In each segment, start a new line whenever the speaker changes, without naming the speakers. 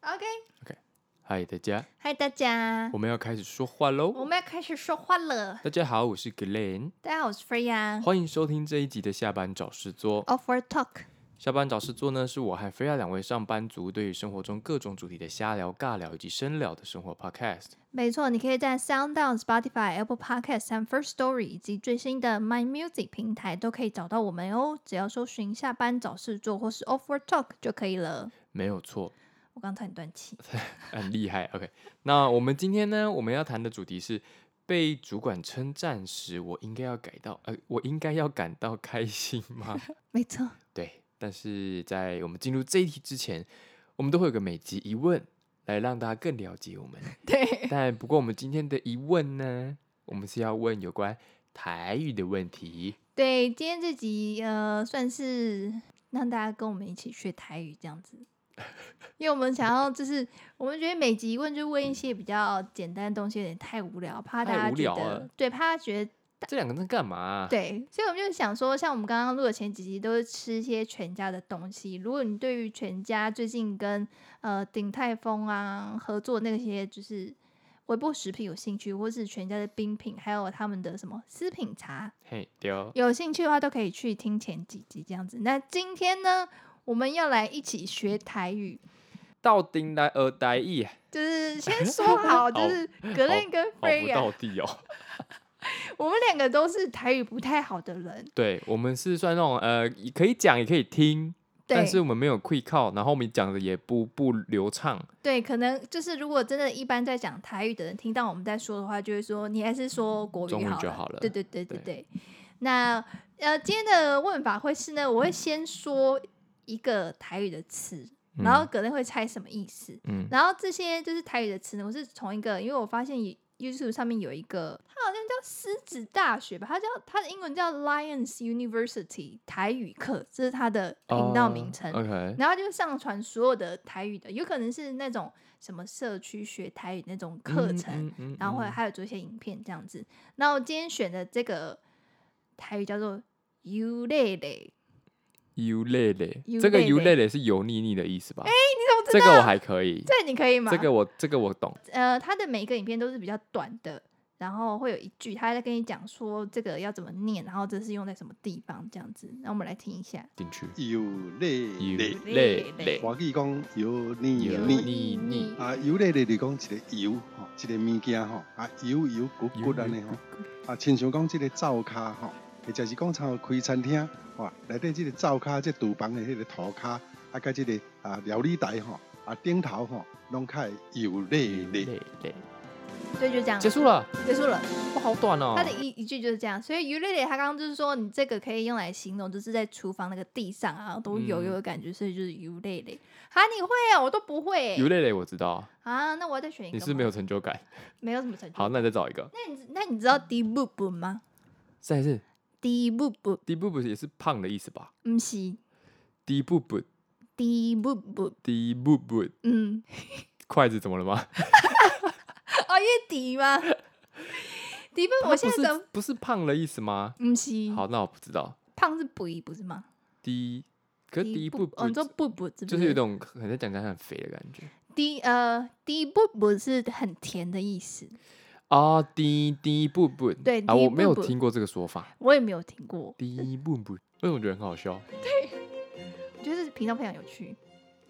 OK，
嗨，大家，
嗨大家，
我们要开始说话喽
我。们要开始说话了。
大家好，我是 Glenn，
大家好，我是 Freya。
欢迎收听这一集的下班找事做。
Offer Talk，
下班找事做呢，是我和菲亚两位上班族对于生活中各种主题的瞎聊、尬聊以及深聊的生活 podcast。
没错，你可以在 Sound On、Spotify、Apple Podcast 和 First Story 以及最新的 My Music 平台都可以找到我们哦。只要搜寻“下班找事做”或是 Offer Talk 就可以了。
没有错，
我刚才很断气。
很厉害。OK，那我们今天呢，我们要谈的主题是被主管称赞时，我应该要改到，呃，我应该要感到开心吗？
没错，
对，但是在我们进入这一题之前，我们都会有个每集疑问，来让大家更了解我们。
对，
但不过我们今天的疑问呢，我们是要问有关台语的问题。
对，今天这集呃算是让大家跟我们一起学台语这样 子，因为我们想要就是我们觉得每集问就问一些比较简单的东西，有点太无聊，怕
太
大家
无
觉
聊
得
了
对，怕大家觉得
这两个在干嘛啊、
对，所以我们就想说，像我们刚刚录的前几集都是吃一些全家的东西。如果你对于全家最近跟呃鼎泰丰啊合作那些就是微波食品有兴趣，或是全家的冰品，还有他们的什么私品茶，
嘿，对哦，
有兴趣的话都可以去听前几集这样子。那今天呢，我们要来一起学台语，
到顶来而台语，
就是 先说好，就是格
好
林跟
好哦不
Freya，
到地哦。
我们两个都是台语不太好的人，
对我们是算那种呃，可以讲也可以听，
对
但是我们没有 quick call，然后我们讲的也不不流畅。
对，可能就是如果真的一般在讲台语的人听到我们在说的话，就会说你还是说国
中
语
文
好
就
了，
好了
对对对对
对
对。那呃，今天的问法会是呢，我会先说一个台语的词，
嗯
然后可能会猜什么意思。
嗯，
然后这些就是台语的词呢，我是从一个，因为我发现 You- YouTube 上面有一个，它好像叫狮子大学吧，它叫它的英文叫 Lions University 台语课，这是它的频道名称。
哦 OK，
然后就上传所有的台语的，有可能是那种什么社区学台语那种课程，
嗯，嗯嗯
然后或者
嗯
还有做一些影片这样子。那我今天选的这个台语叫做 “you 累累
油累累，
油
这个
累
油
累
累累是油腻腻的意思吧？哎、”，
你怎
这
么知道？
个我还可以，
这你可以吗？
这个我这个我懂。
呃，它的每一个影片都是比较短的，然后会有一句他在跟你讲说这个要怎么念，然后这是用在什么地方这样子。那我们来听一下。
进去，
油累
油
累，
累累，
华语讲油腻
油
腻
腻腻，
啊，油累累就是讲一个油吼，一个物件吼，啊油油骨骨安尼吼，啊亲像讲这个灶卡吼，或者是讲像开餐厅吼，内底这个灶卡、这厨房的迄个涂骹，啊甲这个啊料理台吼，啊顶头吼，拢较会油累累。
累
嗯
累，
所以就这样
结束，了，
结束了。
哇，好短哦
他。的一一句就是这样，所以于丽丽她刚刚就是说，你这个可以用来形容，就是在厨房那个地上啊，都
嗯
油油的感觉，所以就是于丽丽。哈，你会啊，我都不会、
油累累我知道，
啊，那我要再选一个
你
吗。
是没有成就感。
没有什么成就。
好，那你再找一个。
那你那你知道 D 步步吗
再是
？D 步步
低步步也是胖的意思吧？
嗯不是
低步步，
D 步步，
低步步，
嗯，
筷子怎么了吗？
哦，因为 D 吗？D 步， 我
它
现
不
在
是
怎么
不是胖的意思吗？
不是？
好，那我不知道。
胖是不一不是吗？
低，可是低步
哦，
步
你说步步是不
就是有种很像讲讲很肥的感觉
D 呃 D 步步是很甜的意思。
啊。低低步步，
对
啊，我没有
低步步
听过这个说法。
我也没有听过，
低步步，为什么觉得很好笑？
就是频道非常有趣。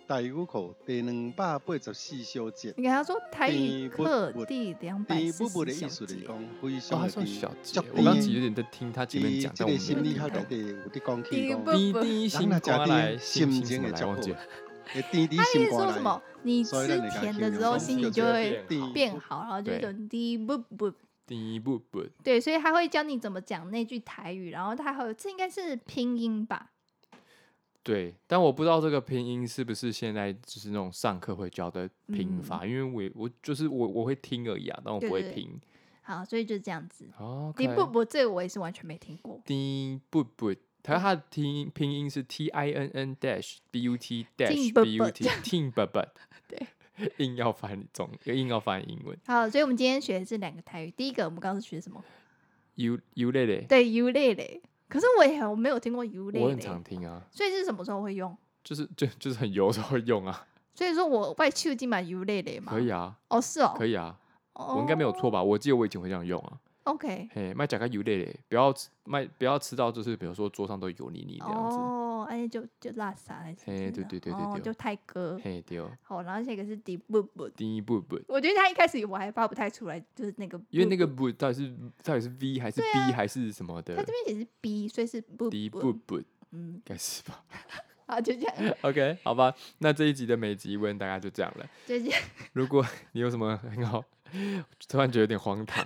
大语课第两百八十四小节，
你给他说台语
第不
课
不
第两百
第
四
步步的
十
意
小
思就是
节，
讲非
哦，
常
他
的
说小节
足，
我刚
甜
其实有点在听他前面讲，
这
但我没有
个心理
听
学
到
内。底有伫讲起讲
第，
滴滴心肝来，心情
心
什么
情会
来忘记了
足好，会甜甜
他意
心
思
肝
说
来
什么？你
所以
吃
咱就
甜
讲
的
形
时候，
容
心情
就
就会
变
第
好
变好，然后就
对
是种滴不不，
第一步步
对，所以他会教你怎么讲那句台语，然后他还有这应该是拼音吧？
对，但我不知道这个拼音是不是现在就是那种上课会教的拼法，因为我也我就是我我会听而已啊，但我不会
对对对
拼。
好，所以就这样子。
哦，
滴不不，这个我也是完全没听过。
第一步步，它它的拼音拼音是 t i n n dash b u t dash
进步步
b u t tin 爸爸，
对，
硬要翻中硬要翻英文
好，所以我们今天学的是两个台语。第一个，我们刚刚是学什么？
，u u 类类，
对，U 类类。可是我也很我没有听过 U 类
我很
类，
常听啊，
所以是什么时候会用？
就是就就是很油的时候会用啊。
所以说我外去金买油类类嘛，
可以啊，
哦，是哦，
可
以，
以啊，我应该没有错吧？我记得我以前会这样用啊。
，OK，
嘿，卖甲壳油类嘞，不要吃卖不要吃到就是比如说桌上都油腻腻这样子。
哦，哎，就就拉撒来，
嘿对对对对
哦
对
就泰哥，
嘿对哦，
好，然后这个是 d 不不，
第一步不，
我觉得他一开始我还发不太出来，就是那个，
因为那个不到底是到底是 V 还是 B 还是什么
他这
的，
边写啊是 B，所以是不
第一步
不，
不应
嗯，
该是吧
好，就这样，
？OK，好吧，那这一集的每集问大概就这样了。
就这样，
如果你有什么很好，突然觉得有点荒唐。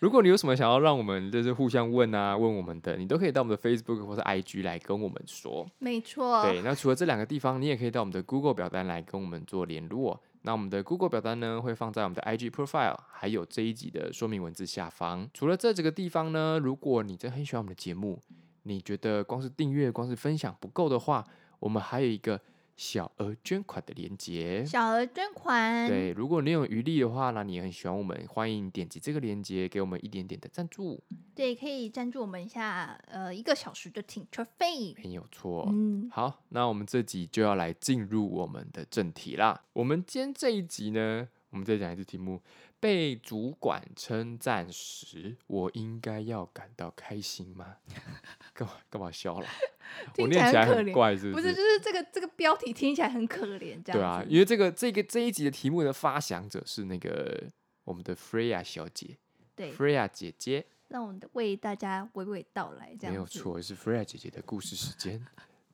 如果你有什么想要让我们就是互相问啊，问我们的，你都可以到我们的 Facebook 或是 IG 来跟我们说。
没错，
对，那除了这两个地方，你也可以到我们的 Google 表单来跟我们做联络。那我们的 Google 表单呢，会放在我们的 IG profile，还有这一集的说明文字下方。除了这几个地方呢，如果你真的很喜欢我们的节目，你觉得光是订阅、光是分享不够的话，我们还有一个小额捐款的连接。
小额捐款，
对，如果你有余力的话，那你也很喜欢我们，欢迎点击这个链接，给我们一点点的赞助。
对，可以赞助我们一下，呃，一个小时的停车费。
没有错，
嗯，
好，那我们这集就要来进入我们的正题啦。我们今天这一集呢，我们再讲一次题目：被主管称赞时，我应该要感到开心吗？ 干嘛干嘛笑了？我
听起
念
来
起来
很可
很
怜
怪，是
不
不
是，就是这个这个标题听起来很可怜，这样
对啊，
子
因为这个这个这一集的题目的发想者是那个我们的 Freya 小姐
对，
，Freya 姐姐，
让我们为大家娓娓道来，这样
没有
子，
错，是 Freya 姐姐的故事时间。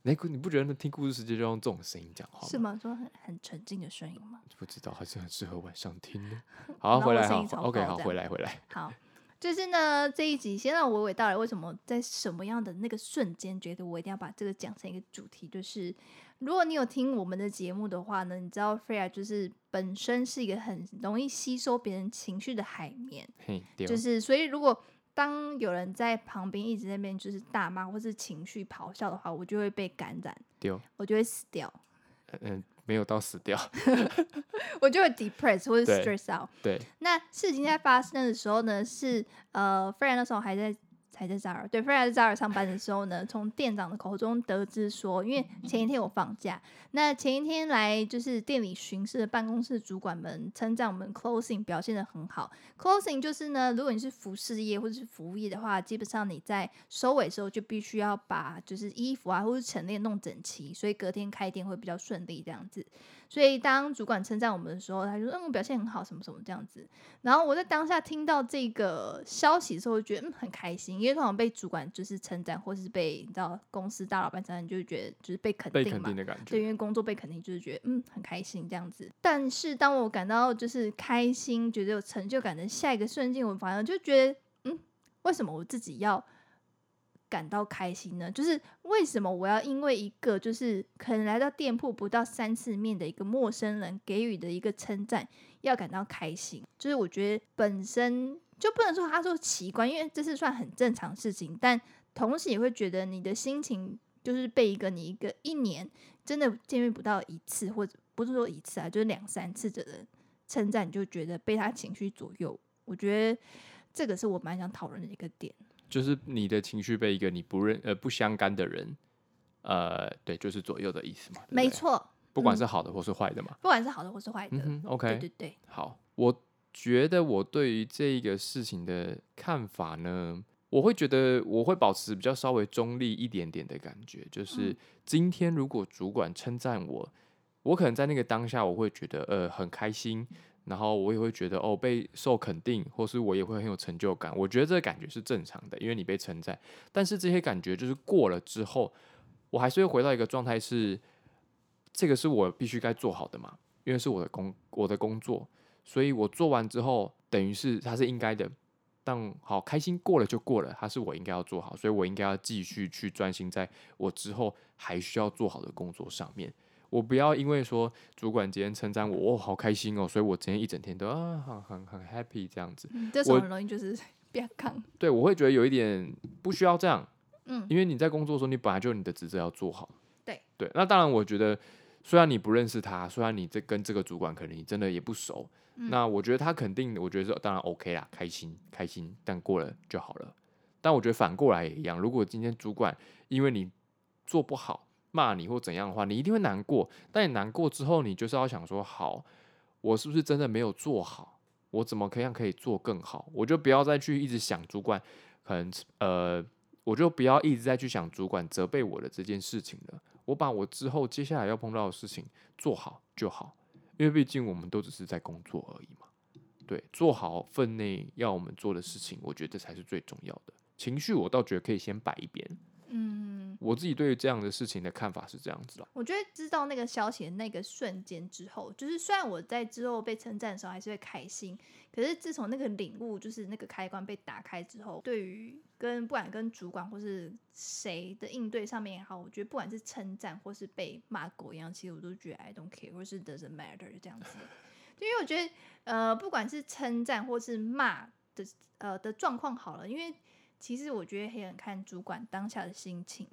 那你不觉得听故事时间就用这种声音讲话吗？
是吗？说很很沉静的声音吗？
不知道，还是很适合晚上听 呢。好，
然
回
后
来
声
好
音超
，OK，
高
好，
这
回
样
来回 来。
好，就是呢，这一集先让我娓娓道来，为什么在什么样的那个瞬间，觉得我一定要把这个讲成一个主题。就是如果你有听我们的节目的话呢，你知道 Freya 就是本身是一个很容易吸收别人情绪的海绵，
嘿，对哦，
就是所以如果当有人在旁边一直在那边就是大骂或是情绪咆哮的话，我就会被感染，
对哦，
我就会死掉，
嗯嗯，没有到死掉。
我就会 depress 或者
对
stress out。
对，
那事情在发生的时候呢，是呃 f r e d 那时候还在还在 Zara，对 f r e d 在 Zara 上班的时候呢，从店长的口中得知说，因为前一天我放假，那前一天来就是店里巡视的办公室主管们称赞我们 closing 表现的很好。closing 就是呢，如果你是服饰业或者是服务业的话，基本上你在收尾的时候就必须要把就是衣服啊或者陈列弄整齐，所以隔天开店会比较顺利这样子。所以当主管称赞我们的时候，他就说：“嗯，我表现很好，什么什么这样子。”然后我在当下听到这个消息的时候，我觉得嗯很开心，因为通常被主管就是称赞，或是被你知道公司大老板称赞，你就会觉得就是被肯
被
定
肯
嘛
定。的感
对，
觉。
因为工作被肯定，就是觉得嗯很开心这样子。但是当我感到就是开心，觉得有成就感的下一个瞬间，我反而就觉得嗯，为什么我自己要感到开心呢？就是为什么我要因为一个就是可能来到店铺不到三次面的一个陌生人给予的一个称赞，要感到开心？就是我觉得本身就不能说他说奇怪，因为这是算很正常事情，但同时也会觉得你的心情。就是被一个你一个一年真的见面不到一次，或者不是说一次啊，就是两三次的人称赞，你就觉得被他情绪左右。我觉得这个是我蛮想讨论的一个点。
就是你的情绪被一个你不认呃不相干的人，呃，对，就是左右的意思嘛。对不
没
对，
错，
不管
嗯
是好的或是坏的嘛。
不管是好的或是坏的，
嗯哼
对
，OK，
对对，
好，我觉得我对于这一个事情的看法呢，我会觉得我会保持比较稍微中立一点点的感觉，就是
嗯
今天如果主管称赞我，我可能在那个当下我会觉得呃很开心，然后我也会觉得哦被受肯定，或是我也会很有成就感，我觉得这个感觉是正常的，因为你被称赞，但是这些感觉就是过了之后，我还是会回到一个状态是，这个是我必须该做好的嘛，因为是我的工我的工作，所以我做完之后，等于是它是应该的。但好开心过了就过了，它是我应该要做好，所以我应该要继续去专心在我之后还需要做好的工作上面。我不要因为说主管今天称赞我，哦，好开心哦，所以我今天一整天都啊很很很 happy 这样子。
嗯这时候很容易就是 不要抗，
对我会觉得有一点不需要这样，
嗯，
因为你在工作的时候，你本来就有你的职责要做好。
对
对，那当然，我觉得虽然你不认识他，虽然你这跟这个主管可能你真的也不熟，
嗯
那我觉得他肯定，我觉得是当然 OK 啦，开心开心，但过了就好了。但我觉得反过来也一样，如果今天主管因为你做不好，骂你或怎样的话，你一定会难过。但你难过之后，你就是要想说，好，我是不是真的没有做好？我怎么可样可以做更好？我就不要再去一直想主管，可能呃，我就不要一直在去想主管责备我的这件事情了。我把我之后接下来要碰到的事情做好就好，因为毕竟我们都只是在工作而已嘛。对，做好分内要我们做的事情，我觉得才是最重要的。情绪我倒觉得可以先摆一边，
嗯，
我自己对于这样的事情的看法是这样子的。
我觉得知道那个消息的那个瞬间之后，就是虽然我在之后被称赞的时候还是会开心，可是自从那个领悟，就是那个开关被打开之后，对于跟不管跟主管或是谁的应对上面也好，我觉得不管是称赞或是被骂狗一样，其实我都觉得 I don't care 或是 doesn't matter 这样子。就因为我觉得，呃，不管是称赞或是骂的，呃的状况好了，因为其实我觉得也很看主管当下的心情。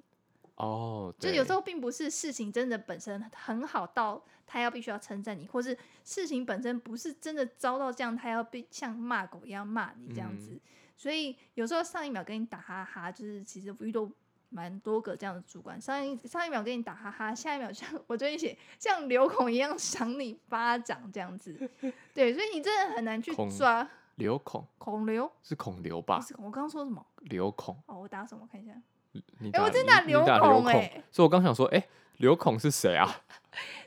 哦，
就有时候并不是事情真的本身很好到他要必须要称赞你，或是事情本身不是真的遭到这样，他要被像骂狗一样骂你这样子。
嗯
所以有时候上一秒跟你打哈哈，就是其实遇到蛮多个这样的主管，上一上一秒跟你打哈哈，下一秒像我最近写像流孔一样赏你巴掌这样子。对，所以你真的很难去
孔
抓
流孔
孔流，
是孔流
不
吧？
是孔，我刚刚说什么？
流孔，
哦，我打什么？我看一下。
你
哎我真
你
打
你
流
打
孔
孔，
哎
所以我刚想说，哎、流孔是谁啊？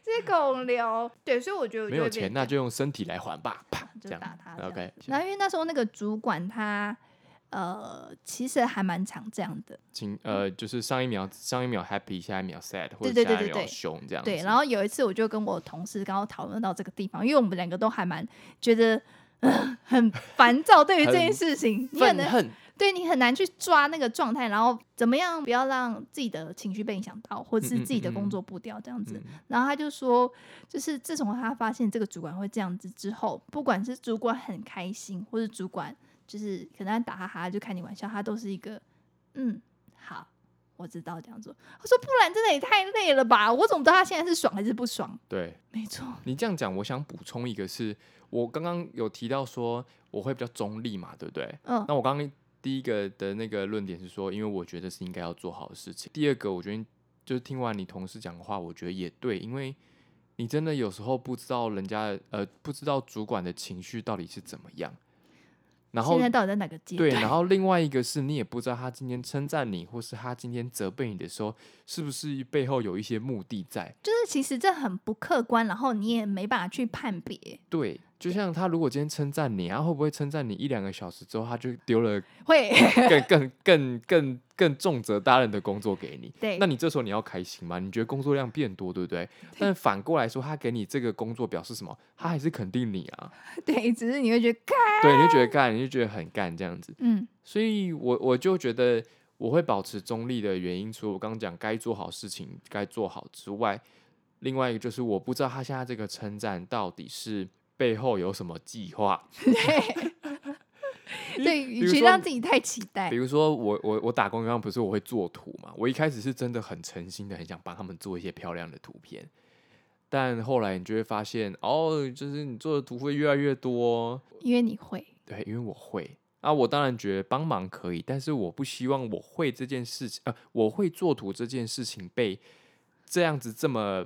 这狗流，对，所以我觉得我就
没有
会变
钱，
这
那
样
就用身体来还吧，啪，
就
这样
打他这样
OK，
然后因为那时候那个主管他呃，其实还蛮常这样的，
请呃，就是上一秒上一秒 happy，下一秒 sad，或
嗯对对
者
对
下一
对
秒
对
凶这样子。
对。然后有一次我就跟我同事刚刚讨论到这个地方，因为我们两个都还蛮觉得。 呃很烦躁，对于这件
很
事情，你很
愤
难
恨，
对你很难去抓那个状态，然后怎么样不要让自己的情绪被影响到，或是
嗯嗯
自己的
嗯
工
嗯
作步调这样子。
嗯，
然后他就说，就是自从他发现这个主管会这样子之后，不管是主管很开心，或是主管就是可能他打哈哈就开你玩笑，他都是一个嗯好，我知道这样做。我说不然真的也太累了吧？我怎么知道他现在是爽还是不爽？
对
没错，
你这样讲，我想补充一个是，我刚刚有提到说我会比较中立嘛，对不对？
嗯
那我刚刚第一个的那个论点是说，因为我觉得是应该要做好的事情。第二个，我觉得就是听完你同事讲的话，我觉得也对，因为你真的有时候不知道人家的呃，不知道主管的情绪到底是怎么样。然后
现在到底在哪个阶
对，
段？
然后另外一个是你也不知道他今天称赞你，或是他今天责备你的时候，是不是背后有一些目的在？
就是其实这很不客观，然后你也没办法去判别，
对，就像他如果今天称赞你，他会不会称赞你一两个小时之后，他就丢了
会
更更更更更重责大任的工作给你？
对
那你这时候你要开心吗？你觉得工作量变多，对不对？但反过来说，他给你这个工作表示什么？他还是肯定你啊，
对，只是你会觉得，干
对，你就觉得干，你就觉得很干这样子。
嗯
所以我我就觉得我会保持中立的原因，除了我刚刚讲该做好事情该做好之外，另外一个就是我不知道他现在这个称赞到底是背后有什么计划。
对，
比
与
如
其
说
让自己太期待
比，如说我我我打工一样，不是我会做图嘛？我一开始是真的很诚心的，很想帮他们做一些漂亮的图片。但后来你就会发现，哦，就是你做的图会越来越多，
因为你会，
对，因为我会啊，我当然觉得帮忙可以，但是我不希望我会这件事情，呃，我会做图这件事情被这样子这么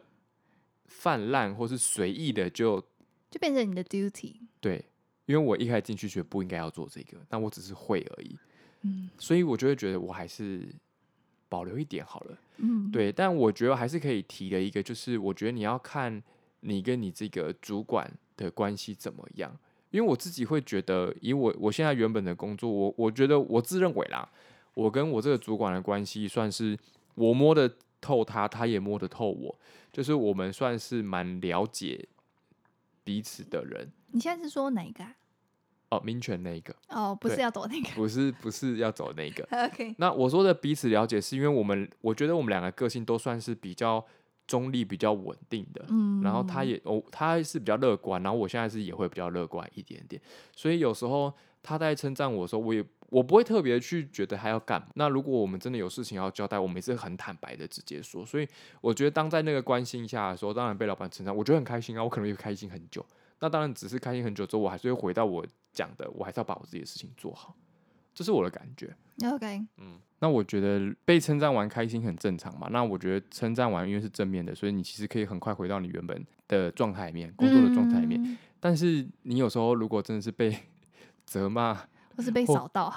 泛滥或是随意的就
就变成你的 duty，
对，因为我一开始进去学不应该要做这个，但我只是会而已，
嗯
所以我就会觉得我还是保留一点好了。
嗯，
对，但我觉得还是可以提的一个，就是我觉得你要看你跟你这个主管的关系怎么样。因为我自己会觉得，以我我现在原本的工作，我我觉得我自认为啦，我跟我这个主管的关系算是我摸得透他，他也摸得透我，就是我们算是蛮了解彼此的人。
你现在是说哪一个啊？
哦，民权那一个，
哦，不
对
是要躲那
不是不是要走那个，
个。OK，
那我说的彼此了解，是因为我们我觉得我们两个个性都算是比较中立、比较稳定的。
嗯，
然后他也哦，他是比较乐观，然后我现在是也会比较乐观一点点，所以有时候他在称赞我的时候，我也我不会特别去觉得他要干嘛。那如果我们真的有事情要交代，我们也是很坦白的直接说。所以我觉得当在那个关心下的时候，当然被老板称赞，我觉得很开心啊，我可能也开心很久。那当然只是开心很久之后，我还是会回到我讲的，我还是要把我自己的事情做好。这是我的感觉。
OK，
那我觉得被称赞完开心很正常嘛。那我觉得称赞完因为是正面的，所以你其实可以很快回到你原本的状态里面，工作的状态里面。
嗯，
但是你有时候如果真的是被 责骂，
我是被
或
扫到，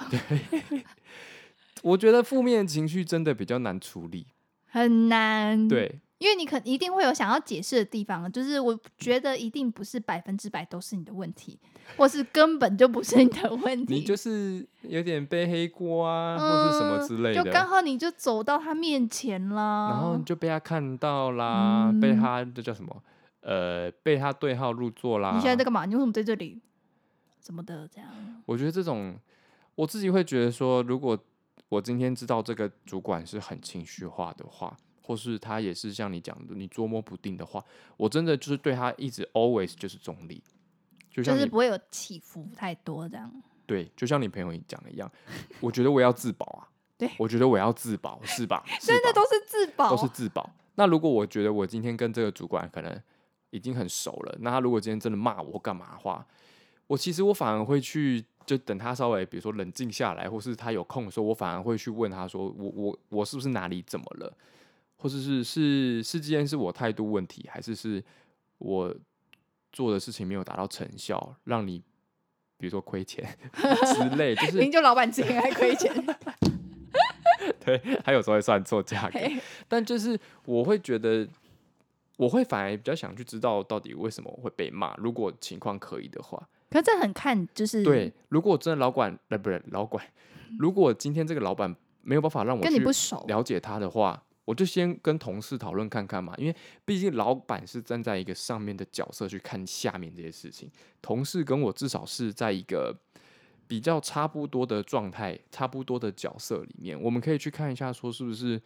我觉得负面情绪真的比较难处理。
很难。，
对，
因为你可一定会有想要解释的地方，啊就是我觉得一定不是百分之百都是你的问题，或是根本就不是你的问题。
你就是有点背黑锅啊，或是什么
嗯
之类
就
的。
刚好你就走到他面前了，
然后你就被他看到啦，被
嗯
他这叫什么？呃，被他对号入座啦。
你现在在干嘛？你为什么在这里？什么的这样？
我觉得这种，我自己会觉得说，如果我今天知道这个主管是很情绪化的话，或是他也是像你讲的，你捉摸不定的话，我真的就是对他一直 always 就是中立，就
就
像
是
你
不会有起伏太多这样。
对，就像你朋友讲的一样，我觉得我要自保啊，
对
我觉得我要自保，是吧？是
真的
吧
都是自保，
都是自保。那如果我觉得我今天跟这个主管可能已经很熟了，那他如果今天真的骂我或干嘛的话，我其实我反而会去就等他稍微比如说冷静下来，或是他有空的时候，我反而会去问他说我我我是不是哪里怎么了，或者是是是这件是我态度问题，还是是我做的事情没有达到成效，让你比如说亏钱 之类，就是
明就老板之前还亏 钱，
对，他有时候会算错价格
嘿，
但就是我会觉得，我会反而比较想去知道到底为什么会被骂。如果情况可以的话，
可这很看就是
对，如果真的老管，呃，不是老管，如果今天这个老板没有办法让我
跟你
去
不熟，
了解他的话，我就先跟同事讨论看看嘛，因为毕竟老板是站在一个上面的角色去看下面这些事情，同事跟我至少是在一个比较差不多的状态、差不多的角色里面，我们可以去看一下，说是不是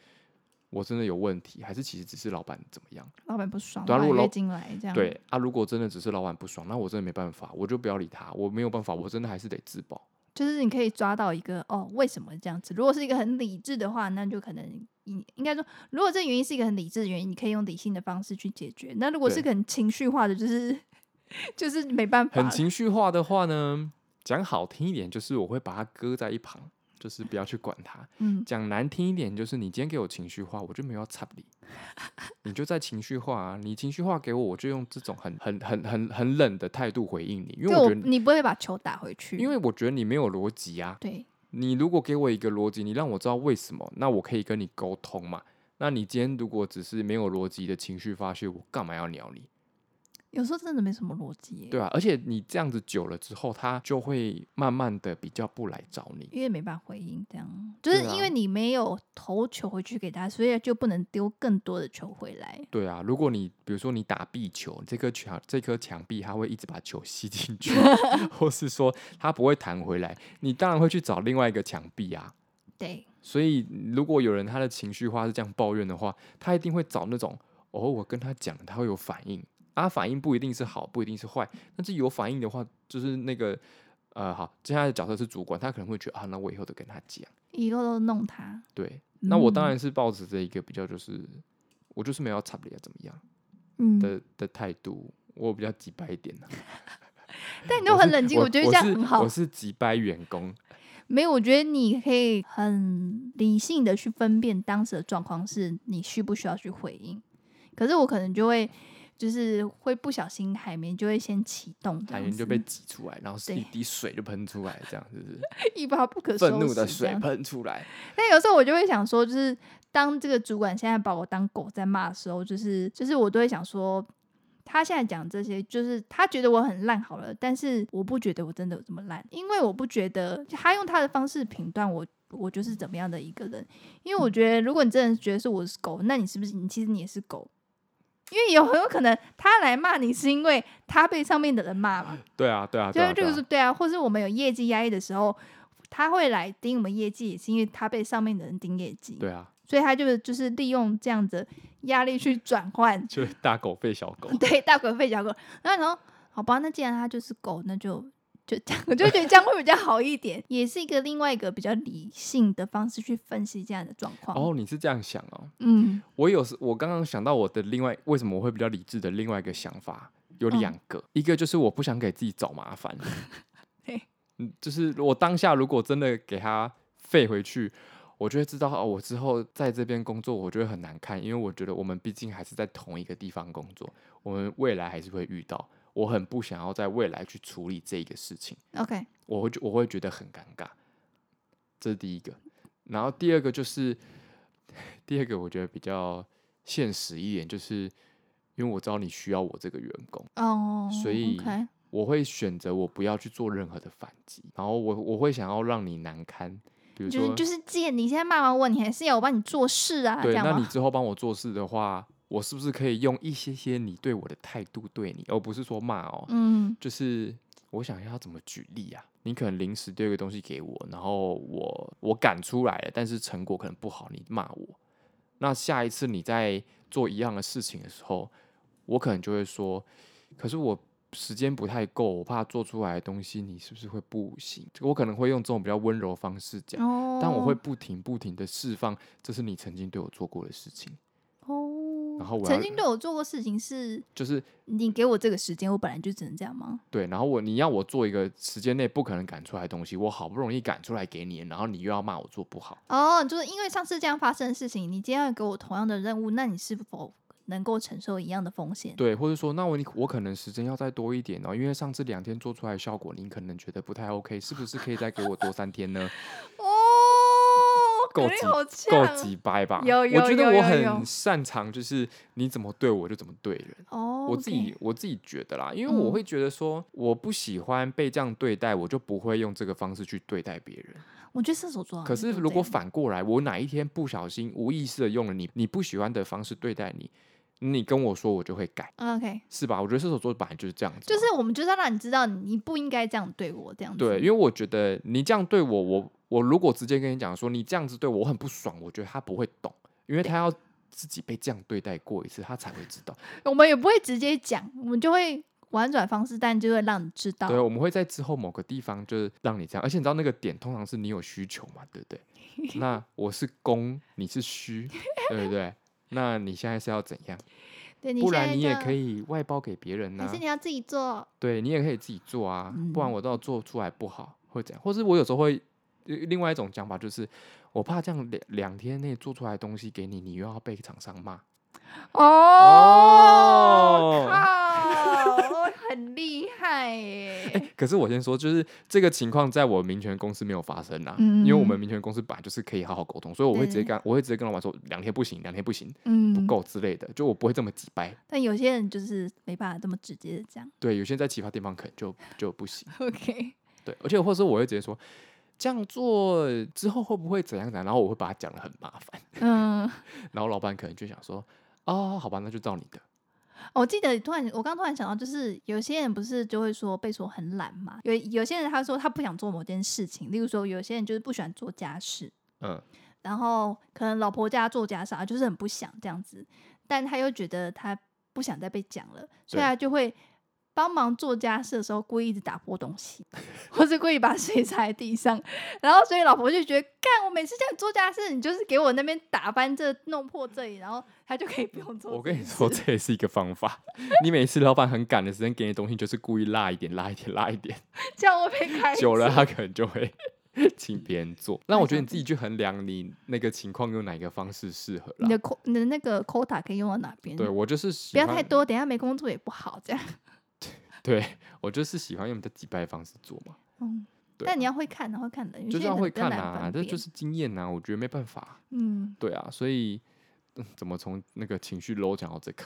我真的有问题，还是其实只是老板怎么样？
老板不爽，
对啊
老
如
板
果
月
老
经来这样，
对啊，如果真的只是老板不爽，那我真的没办法，我就不要理他，我没有办法，我真的还是得自保。
就是你可以抓到一个哦，为什么这样子？如果是一个很理智的话，那就可能应应该说，如果这原因是一个很理智的原因，你可以用理性的方式去解决。那如果
对
是个很情绪化的，就是 就是没办法
很
了，
情绪化的话呢，讲好听一点，就是我会把它搁在一旁，就是不要去管它。
嗯，
讲难听一点，就是你今天给我情绪化，我就没有要插你，你就在情绪化啊，你情绪化给我，我就用这种很很很很很冷的态度回应你，因为
就
我
我
觉得你，
你不会把球打回去，
因为我觉得你没有逻辑啊。
对，
你如果给我一个逻辑，你让我知道为什么，那我可以跟你沟通嘛。那你今天如果只是没有逻辑的情绪发泄，我干嘛要鸟你？
有时候真的没什么逻辑耶，
对啊，而且你这样子久了之后，他就会慢慢的比较不来找你。
因为没办法回应，这样就是
对啊
因为你没有投球回去给他，所以就不能丢更多的球回来。
对啊，如果你比如说你打壁球，这颗墙这颗墙壁它会一直把球吸进去，或是说它不会弹回来，你当然会去找另外一个墙壁啊。
对，
所以如果有人他的情绪化是这样抱怨的话，他一定会找那种哦，我跟他讲，他会有反应啊，反应不一定是好，不一定是坏，但是有反应的话，就是那个呃，好，接下来的角色是主管，他可能会觉得啊，那我以后都跟他讲。
以后都弄他。
对，那我当
嗯
然是抱持这一个比较就是，我就是没有要插你啊，怎么样？
嗯，
的的态度，我比较急掰一点呐、
但你都很冷静，
我
我觉得这样
是
很好
我。是急掰员工，
没有，我觉得你可以很理性的去分辨当时的状况，是你需不需要去回应。可是我可能就会，就是会不小心海绵就会先启动，这
海
样
绵
子
就被挤出来，然后是一
对
滴水就喷出来，这样是不是？
一发不可收拾。
愤怒的水
这样
喷出来，
但有时候我就会想说，就是当这个主管现在把我当狗在骂的时候，就是就是我都会想说，他现在讲这些，就是他觉得我很烂好了，但是我不觉得我真的有这么烂，因为我不觉得他用他的方式评断我。我就是怎么样的一个人，因为我觉得，如果你真的觉得是我是狗，那你是不是你其实你也是狗？因为有很有可能他来骂你是因为他被上面的人骂嘛，
对啊，对啊，
就
对啊，
是就
对
是
啊
对啊，或是我们有业绩压力的时候，他会来盯我们业绩，也是因为他被上面的人盯业绩，
对啊，，
所以他就是就是利用这样子压力去转换，
就是大狗吠小狗
对大狗吠小狗。然后然后好吧，那既然他就是狗，那就就这样，我 就觉得这样会比较好一点，也是一个另外一个比较理性的方式去分析这样的状况。
哦，你是这样想哦，
嗯，
我有时我刚刚想到我的另外为什么我会比较理智的另外一个想法有
嗯
两个，一个就是我不想给自己找麻烦
嘿，
嗯，就是我当下如果真的给它废回去，我就会知道哦，我之后在这边工作，我就会很难看，因为我觉得我们毕竟还是在同一个地方工作，我们未来还是会遇到。我很不想要在未来去处理这个事情，
OK，
我会觉我会觉得很尴尬，这是第一个。然后第二个就是 第二个，我觉得比较现实一点，就是因为我知道你需要我这个员工，
哦，
所以
OK，
我会选择我不要去做任何的反击，然后我我会想要让你难堪，比如
就
说
是就是借你现在骂完我，你还是要我帮你做事啊，这
对，
样
那你
吗？
之后帮我做事的话，我是不是可以用一些些你对我的态度对你，而不是说骂哦？
嗯，
就是我想一下要怎么举例啊？你可能临时丢一个东西给我，然后我我赶出来了，但是成果可能不好，你骂我。那下一次你在做一样的事情的时候，我可能就会说，可是我时间不太够，我怕做出来的东西你是不是会不行？我可能会用这种比较温柔的方式讲，
哦，
但我会不停不停的释放，这是你曾经对我做过的事情，
哦，
然后我
曾
要
经对我做过事情是
就是
你给我这个时间，我本来就只能这样吗？
对，然后我你要我做一个时间内不可能赶出来的东西，我好不容易赶出来给你，然后你又要骂我做不好，
哦，就是因为上次这样发生的事情，你今天要给我同样的任务，那你是否能够承受一样的风险？
对，或者说那我我可能时间要再多一点哦，因为上次两天做出来的效果你可能觉得不太 OK，是不是可以再给我多三天 呢？
哦，
够
可以
急
好
够
呛哦
几掰吧？
有有
我觉
有
得我
有
很
有
擅长，就是你怎么对我就怎么对人。
哦，
我自己
OK
我自己觉得啦，因为我
嗯
会觉得说，我不喜欢被这样对待，我就不会用这个方式去对待别人。
我觉得射手座好
可
像
是
哦都
如
这
果
样
反过来，我哪一天不小心无意识的用了你你不喜欢的方式对待你，你跟我说，我就会改，
哦 OK，
是吧？我觉得射手座本来就是这样子嘛，
就是我们就是要让你知道你不应该这样对我，这样子
对，因为我觉得你这样对我，我我如果直接跟你讲说你这样子对我我很不爽，我觉得他不会懂，因为他要自己被这样对待过一次，他才会知道。
我们也不会直接讲，我们就会婉转方式，但就会让你知道。
对，我们会在之后某个地方就是让你这样，而且你知道那个点通常是你有需求嘛，对不对？ 那我是供，你是需，对不对？那你现在是要怎样？
对，你
不
现在
然你也
就
可，以外包给别人呐、
还是你要自己做？
对你也可以自己做啊，不然
嗯
我到做出来不好会怎样？或是我有时候会呃另外一种讲法就是，我怕这样两两天内做出来的东西给你，你又要被厂商骂。
哦
哦
靠，很厉害耶！
可是我先说，就是这个情况在我民权公司没有发生啊，因为我们
嗯
民权公司本来就是可以好好沟通，所以我会直接
对
跟我会直接跟老板说两天不行，两天不行，不
嗯，
够之类的，就我不会这么急掰。
但有些人就是没办法这么直接的讲。
对，有些在其他地方可能就就不行。
OK，
对，而且或者是我会直接说这样做之后会不会怎样怎样，然后我会把它讲的很麻烦，
嗯，
然后老板可能就想说。哦，好吧，那就照你的。
我记得突然，我刚突然想到，就是有些人不是就会说被说很懒嘛，有有些人他说他不想做某件事情，例如说有些人就是不喜欢做家事，
嗯，
然后可能老婆家做家啥，就是很不想这样子，但他又觉得他不想再被讲了，所以
对
他就会帮忙做家事的时候故意一直打破东西， 或是故意把水洒在地上，然后所以老婆就觉得，干我每次叫你做家事，你就是给我那边打翻这弄破这里，然后他就可以不用做。
我跟你说，，这也是一个方法。 你每次老板很赶的时间给你东西，就是故意辣一点，辣一点，辣一点。
这样会被开
久了，
除
他可能就会 请别人做。那
那
我觉得
像
你自己去衡量你那个情况用哪一个方式适合
你
啦
的。扣你的那个 quota 可以用到哪边？
对我就是
不
喜
要
欢，
太多，等一下没工作也不好。这样，
对我就是喜欢用比较击败的方式做嘛，
嗯，
对啊
但你要会看，然后看的，有
就是
些
要
人
会
比较
看
难
啊，
分
这就
辨
是经验啊，我觉得没办法，
嗯。
对啊，所以、嗯怎么从那个情绪 low 讲到这个？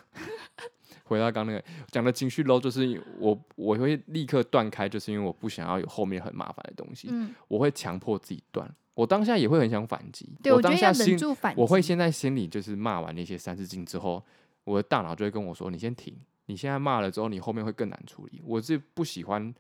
回到刚那个讲的情绪 low，就是我我会立刻断开，就是因为我不想要有后面很麻烦的东西，
嗯，
我会强迫自己断。我当下也会很想反击，
对，我觉
当
得要
下
忍
心
住反击。
我会现在心里就是骂完那些三字经之后，我的大脑就会跟我说：“你先停，你现在骂了之后，你后面会更难处理。”我是不喜欢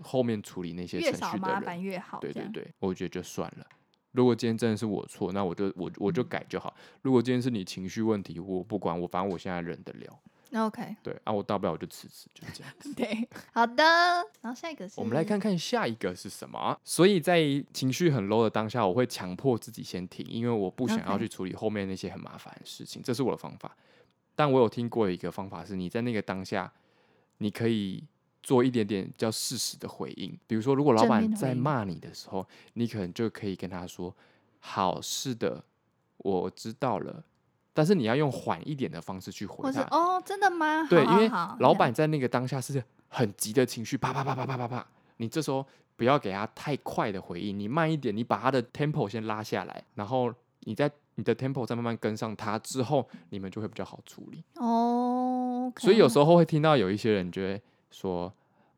后面处理那些
越
程
少
序的
麻
人。
烦越好。
对
这
对
样，
对，我觉得就算了。如果今天真的是我错，那我就我我
嗯
就改就好。如果今天是你情绪问题，我不管，我反正我现在忍得了。
OK，
对啊，我大不了我就辞职，就这样子。
对，好的。然后下一个是，
我们来看看下一个是什么啊。所以在情绪很 low 的当下，我会强迫自己先停，因为我不想要
OK
去处理后面那些很麻烦的事情，这是我的方法。但我有听过一个方法是，你在那个当下，你可以做一点点叫适时的回应。比如说，如果老
正
板
面的回
在
应
骂你的时候，你可能就可以跟他说：“好，是的，我知道了。”但是你要用缓一点的方式去回
或是
他。
哦，真的吗？
对，
好
因为
好好
老
这样
板在那个当下是很急的情绪，啪啪啪啪啪啪啪，你这时候不要给他太快的回应，你慢一点，你把他的 tempo 先拉下来，然后你在你的 tempo 再慢慢跟上他之后，你们就会比较好处理。
哦，
所以有时
候
候会听到有一些人就会说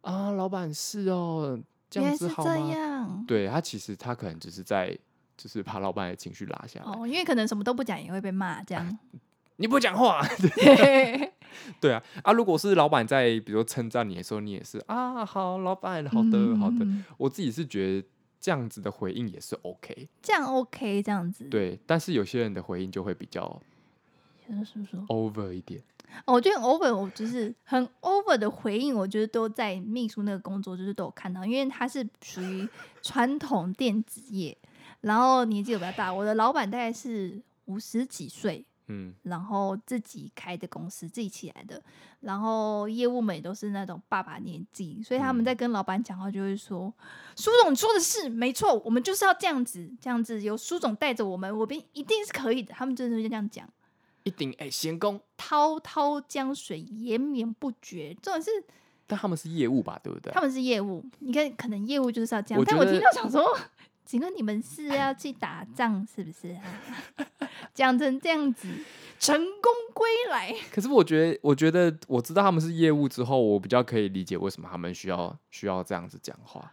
啊，老板是哦，这
原
样
来
子
是
好
这
吗？
样
对他其实他可能只是在就是把老板的情绪拉下来，
哦，因为可能什么都不讲也会被骂这 样。
你不讲话，
对，
对啊，啊，如果是老板在，比如说称赞你的时候，你也是啊，好，老板，好的，好的。
嗯，
我自己是觉得这样子的回应也是 OK，
这样 OK，这样子。，
对。但是有些人的回应就会比较
叔叔，
over 一点，
哦，我觉得很 over，我就是很 over 的回应，我觉得都在秘书那个工作就是都有看到，因为他是属于传统电子业，然后年纪也比较大，我的老板大概是五十几岁，
嗯，
然后自己开的公司，自己起来的，然后业务们也都是那种爸爸年纪，所以他们
嗯
在跟老板讲话就会说：“苏总说的是没错，我们就是要这样子，这样子由苏总带着我们，我们一定是可以的。”他们真的是这样讲，
一定哎闲工。
滔滔江水延绵不绝。重点是
但他们是业务吧，对不对？
他们是业务，你看可能业务就是要这样，
我
但
觉
我
得
听到想说。请问你们是要去打仗是不是、啊？讲成这样子，成功归来，
可是我觉得，我觉得我知道他们是业务之后，我比较可以理解为什么他们需要需要这样子讲话，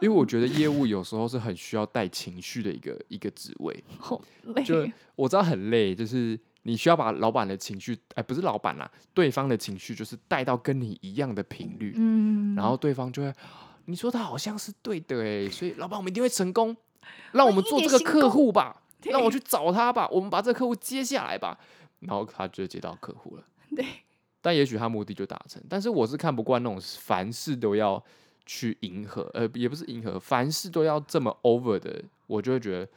因为我觉得业务有时候是很需要带情绪的一个一个职位。
好累
就 我知道很累，就是你需要把老板的情绪，哎，不是老板啦，对方的情绪就是带到跟你一样的频率，
嗯，
然后对方就会，你说的好像是对的哎，所以老板我们一定会成功，让我们
一
做这
点
个
行
客
动
户吧，
对
让我去找他吧，我们把这个客户接下来吧，然后他就接到客户了，
对，
但也许他目的就达成，但是我是看不惯那种凡事都要去迎合，呃，也不是迎合，凡事都要这么 over 的，我就会觉得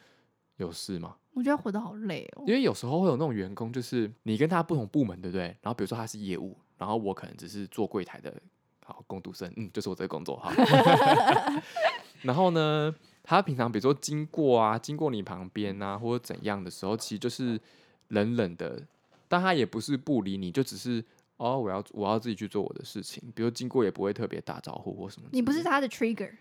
有事吗？
我觉得活得好累哦
因。为有时候会有那种员工，就是你跟他不同部门，对不对？然后比如说他是业务，然后我可能只是做柜台的，好，工读生，嗯，就是我这个工作，好。 然后呢，他平常比如说经过啊，经过你旁边啊，或者怎样的时候，其实就是冷冷的，但他也不是不理你，就只是哦，我要我要自己去做我的事情，比如经过也不会特别打招呼或什么之类的。
你不是他的 trigger，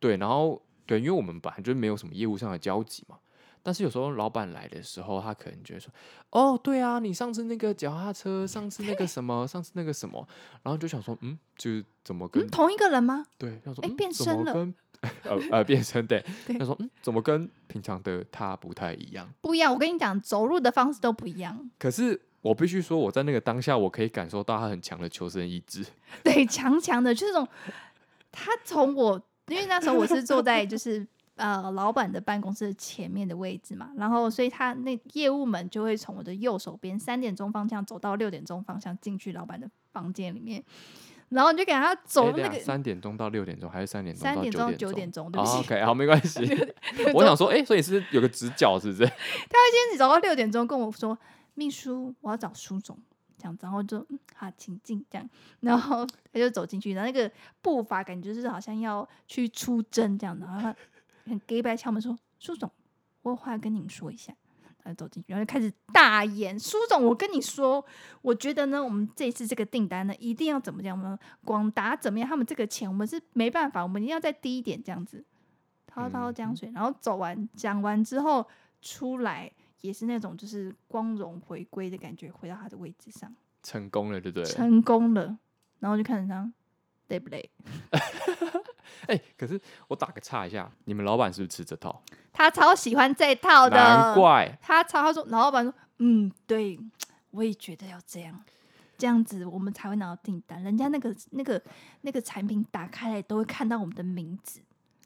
对，然后对，因为我们本来就没有什么业务上的交集嘛。但是有时候老板来的时候，他可能就会说：“哦，对啊，你上次那个脚踏车，上次那个什么，上次那个什么。”然后就想说：“嗯，就是怎么跟、
嗯，同一个人吗？
对？”想说：“
哎
嗯
变
怎
身
么
了
跟 呃呃变身对。”
对
他说：“嗯，怎么跟平常的他不太一样
不一样，我跟你讲，走路的方式都不一样。？”
可是我必须说，我在那个当下，我可以感受到他很强的求生意志。
对，强强的，就是那种他从我，因为那时候我是坐在就是呃老板的办公室前面的位置嘛，然后所以他那业务们就会从我的右手边三点钟方向走到六点钟方向进去老板的房间里面，然后你就给他走
哎等
那
一
个
下三点钟到六点钟，还是三点钟
三
到
点
九
钟到
点
九
钟？
点钟，对
哦
不起，
OK，好，没关系。
点
我
钟
想说，哎、所以是有个直角，是不 是？
一直走到六点钟跟我说：“秘书，我要找苏总。”这样子，然后就嗯好，请进这样，然后他就走进去，然后那个步伐感觉就是好像要去出征这样，然后他很 gay 白敲门说：“苏总，我有话要跟你们说一下。”他就走进去，然后就开始大言：“苏总，我跟你说，我觉得呢，我们这次这个订单呢，一定要怎么样呢？广达怎么样？他们这个钱我们是没办法，我们一定要再低一点这样子。”滔滔江水，然后走完讲完之后出来，也是那种就是光荣回归的感觉，回到他的位置上，
成功了，对不对？
成功了。然后就看着他累不累，
哎、可是我打个岔一下，你们老板是不是吃这套？
他超喜欢这套的，
难怪
他超他说，然后老板说，嗯，对，我也觉得要这样。这样子我们才会拿到订单，人家那个那个那个产品打开来都会看到我们的名字，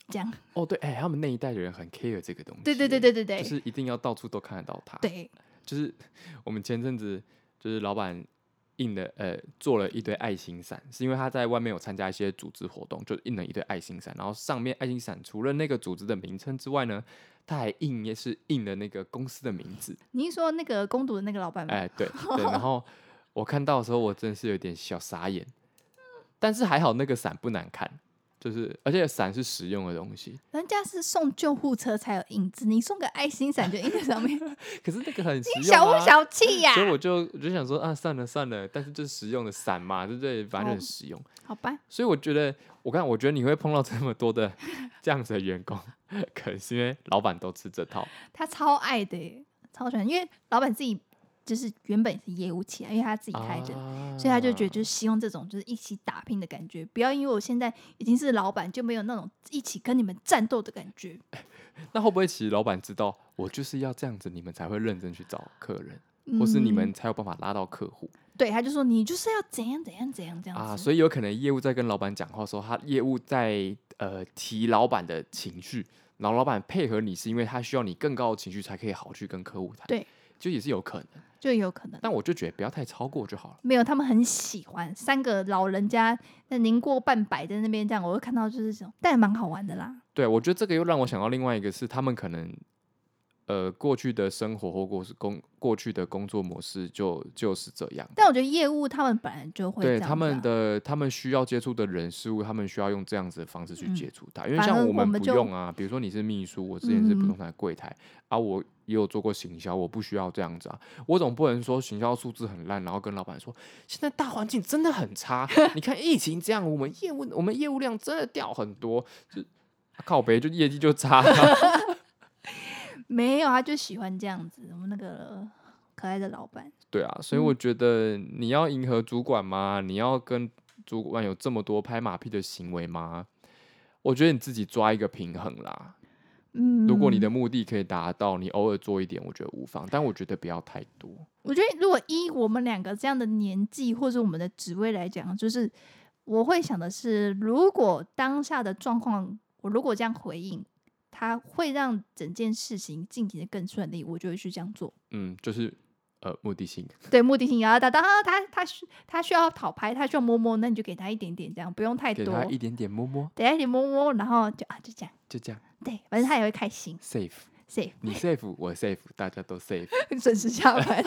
这样。
哦，对，哎、他们那一代的人很 care 这个东西，
对对对，对对对，
就是一定要到处都看得到他。，
对，
就是我们前阵子就是老板印了呃做了一堆爱心伞，是因为他在外面有参加一些组织活动，就印了一堆爱心伞，然后上面爱心伞除了那个组织的名称之外呢，他还印也是印了那个公司的名字。哎
你是说那个攻读的那个老板吗？
哎，对对，然后我看到的时候，我真的是有点小傻眼，但是还好那个伞不难看，就是而且伞是实用的东西。
人家是送救护车才有影子，你送个爱心伞就印在上面，
可是那个很实
你
用、啊，
小不小气呀、
所以我就我就想说啊，算了算了，但是这是实用的伞嘛，对不对？反正就很
哦
实用。
好吧，
所以我觉得，我看，我觉得你会碰到这么多的这样子的员工，可能是因为老板都吃这套。
他超爱的耶，超喜欢，因为老板自己就是原本是业务起来，因为他自己开
啊
的。所以他就觉得，就是希望这种就是一起打拼的感觉，不要因为我现在已经是老板，就没有那种一起跟你们战斗的感觉。
啊那会不会其实老板知道，我就是要这样子，你们才会认真去找客人，或是你们
嗯
才有办法拉到客户
对，他就说你就是要怎样怎样怎样这样
啊？
子
所以有可能业务在跟老板讲话的时候，他业务在呃提老板的情绪，然后老板配合你，是因为他需要你更高的情绪才可以好去跟客户谈。
对，
就也是有可能。
就有可能。
但我就觉得不要太超过就好了。
没有，他们很喜欢三个老人家，那年过半百在那边这样，我会看到就是这种，但也蛮好玩的啦。
对，我觉得这个又让我想到另外一个是，他们可能呃过去的生活或过是工过去的工作模式就就是这样。
但我觉得业务他们本来就会这
对
样子啊、
他们的他们需要接触的人事物，他们需要用这样子的方式去
嗯
接触它，因为
反而
像
我
们
们
不
就
用啊。比如说你是秘书，我之前是普
嗯
通台柜台、啊，我也有做过行销，我不需要这样子啊。我总不能说行销数字很烂，然后跟老板说现在大环境真的 很差，你看疫情这样，我们业务我们业务量真的掉很多，就、啊靠北就业绩就差啊、
没有，他就喜欢这样子。我们那个可爱的老板，
对啊，所以
嗯
我觉得你要迎合主管吗？你要跟主管有这么多拍马屁的行为吗？我觉得你自己抓一个平衡啦。
嗯，
如果你的目的可以达到，你偶尔做一点，我觉得无妨。但我觉得不要太多。
我觉得如果依我们两个这样的年纪或者我们的职位来讲，就是我会想的是，如果当下的状况，我如果这样回应，它会让整件事情进行的更顺利，我就会去这样做。
嗯，就是呃，目的性。
对，目的性也要达到。啊他他需他需要讨拍，他需要摸摸，那你就给他一点点，这样不用太
给
多，
他一点点摸摸，
给他一点摸摸，然后就啊就这样。
就这样
对，反正他也会开心
safe。
，safe，
你 safe，我 safe，大家都 safe。
准时下 班，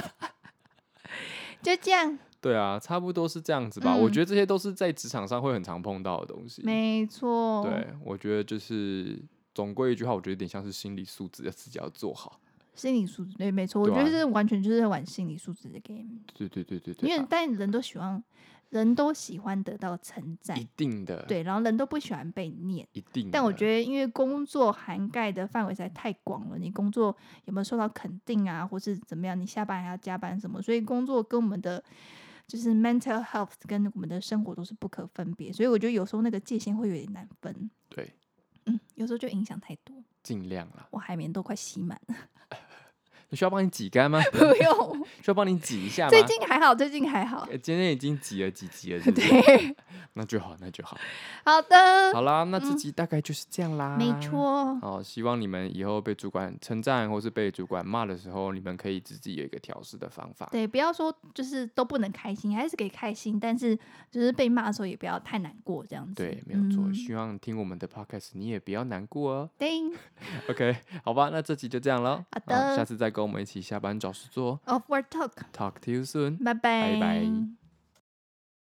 就这样，
对啊，差不多是这样子吧。我觉得这些都是在职场上会很常碰到的东西。
嗯没错。
对，我觉得就是总归一句话，我觉得有点像是心理素质，自己要做好。
心理素质，对，没错，我
对
觉得
啊
是完全就是在玩心理素质的 game，
对对对对对，
因为
啊
但人都喜欢，人都喜欢得到称
一嗯
赞，
定的，，
对，然后人都不喜欢被念。
一定的。
但我觉得，因为工作涵盖的范围实在太广了，你工作有没有受到肯定啊，或是怎么样？你下班还要加班什么？所以工作跟我们的就是 mental health 跟我们的生活都是不可分别，所以我觉得有时候那个界限会有点难分，
对，
嗯，有时候就影响太多，
尽量啦。
我海绵都快吸满 了，
需要帮你挤干吗？
不用。
需要帮你挤一下吗？
最近还好，最近还好。
呃今天已经挤了几集了，是不是？
对，
那就好，那就好。
好的，
好啦，那这集大概就是这样
嗯
啦。
没。错，
好，希望你们以后被主管称赞或是被主管骂的时候，你们可以自己有一个调试的方法。
对，不要说就是都不能开心，还是可以开心，但是就是被骂的时候也不要太难过，这样子。
对，没有错。
嗯
希望听我们的 podcast，你也不要难过哦。
叮
OK，好 吧，那这集就这样了。
好
啊
的
下次再跟我们一起下班找事做哦。
，Off Work Talk，
Talk to you soon.
拜拜，
拜拜。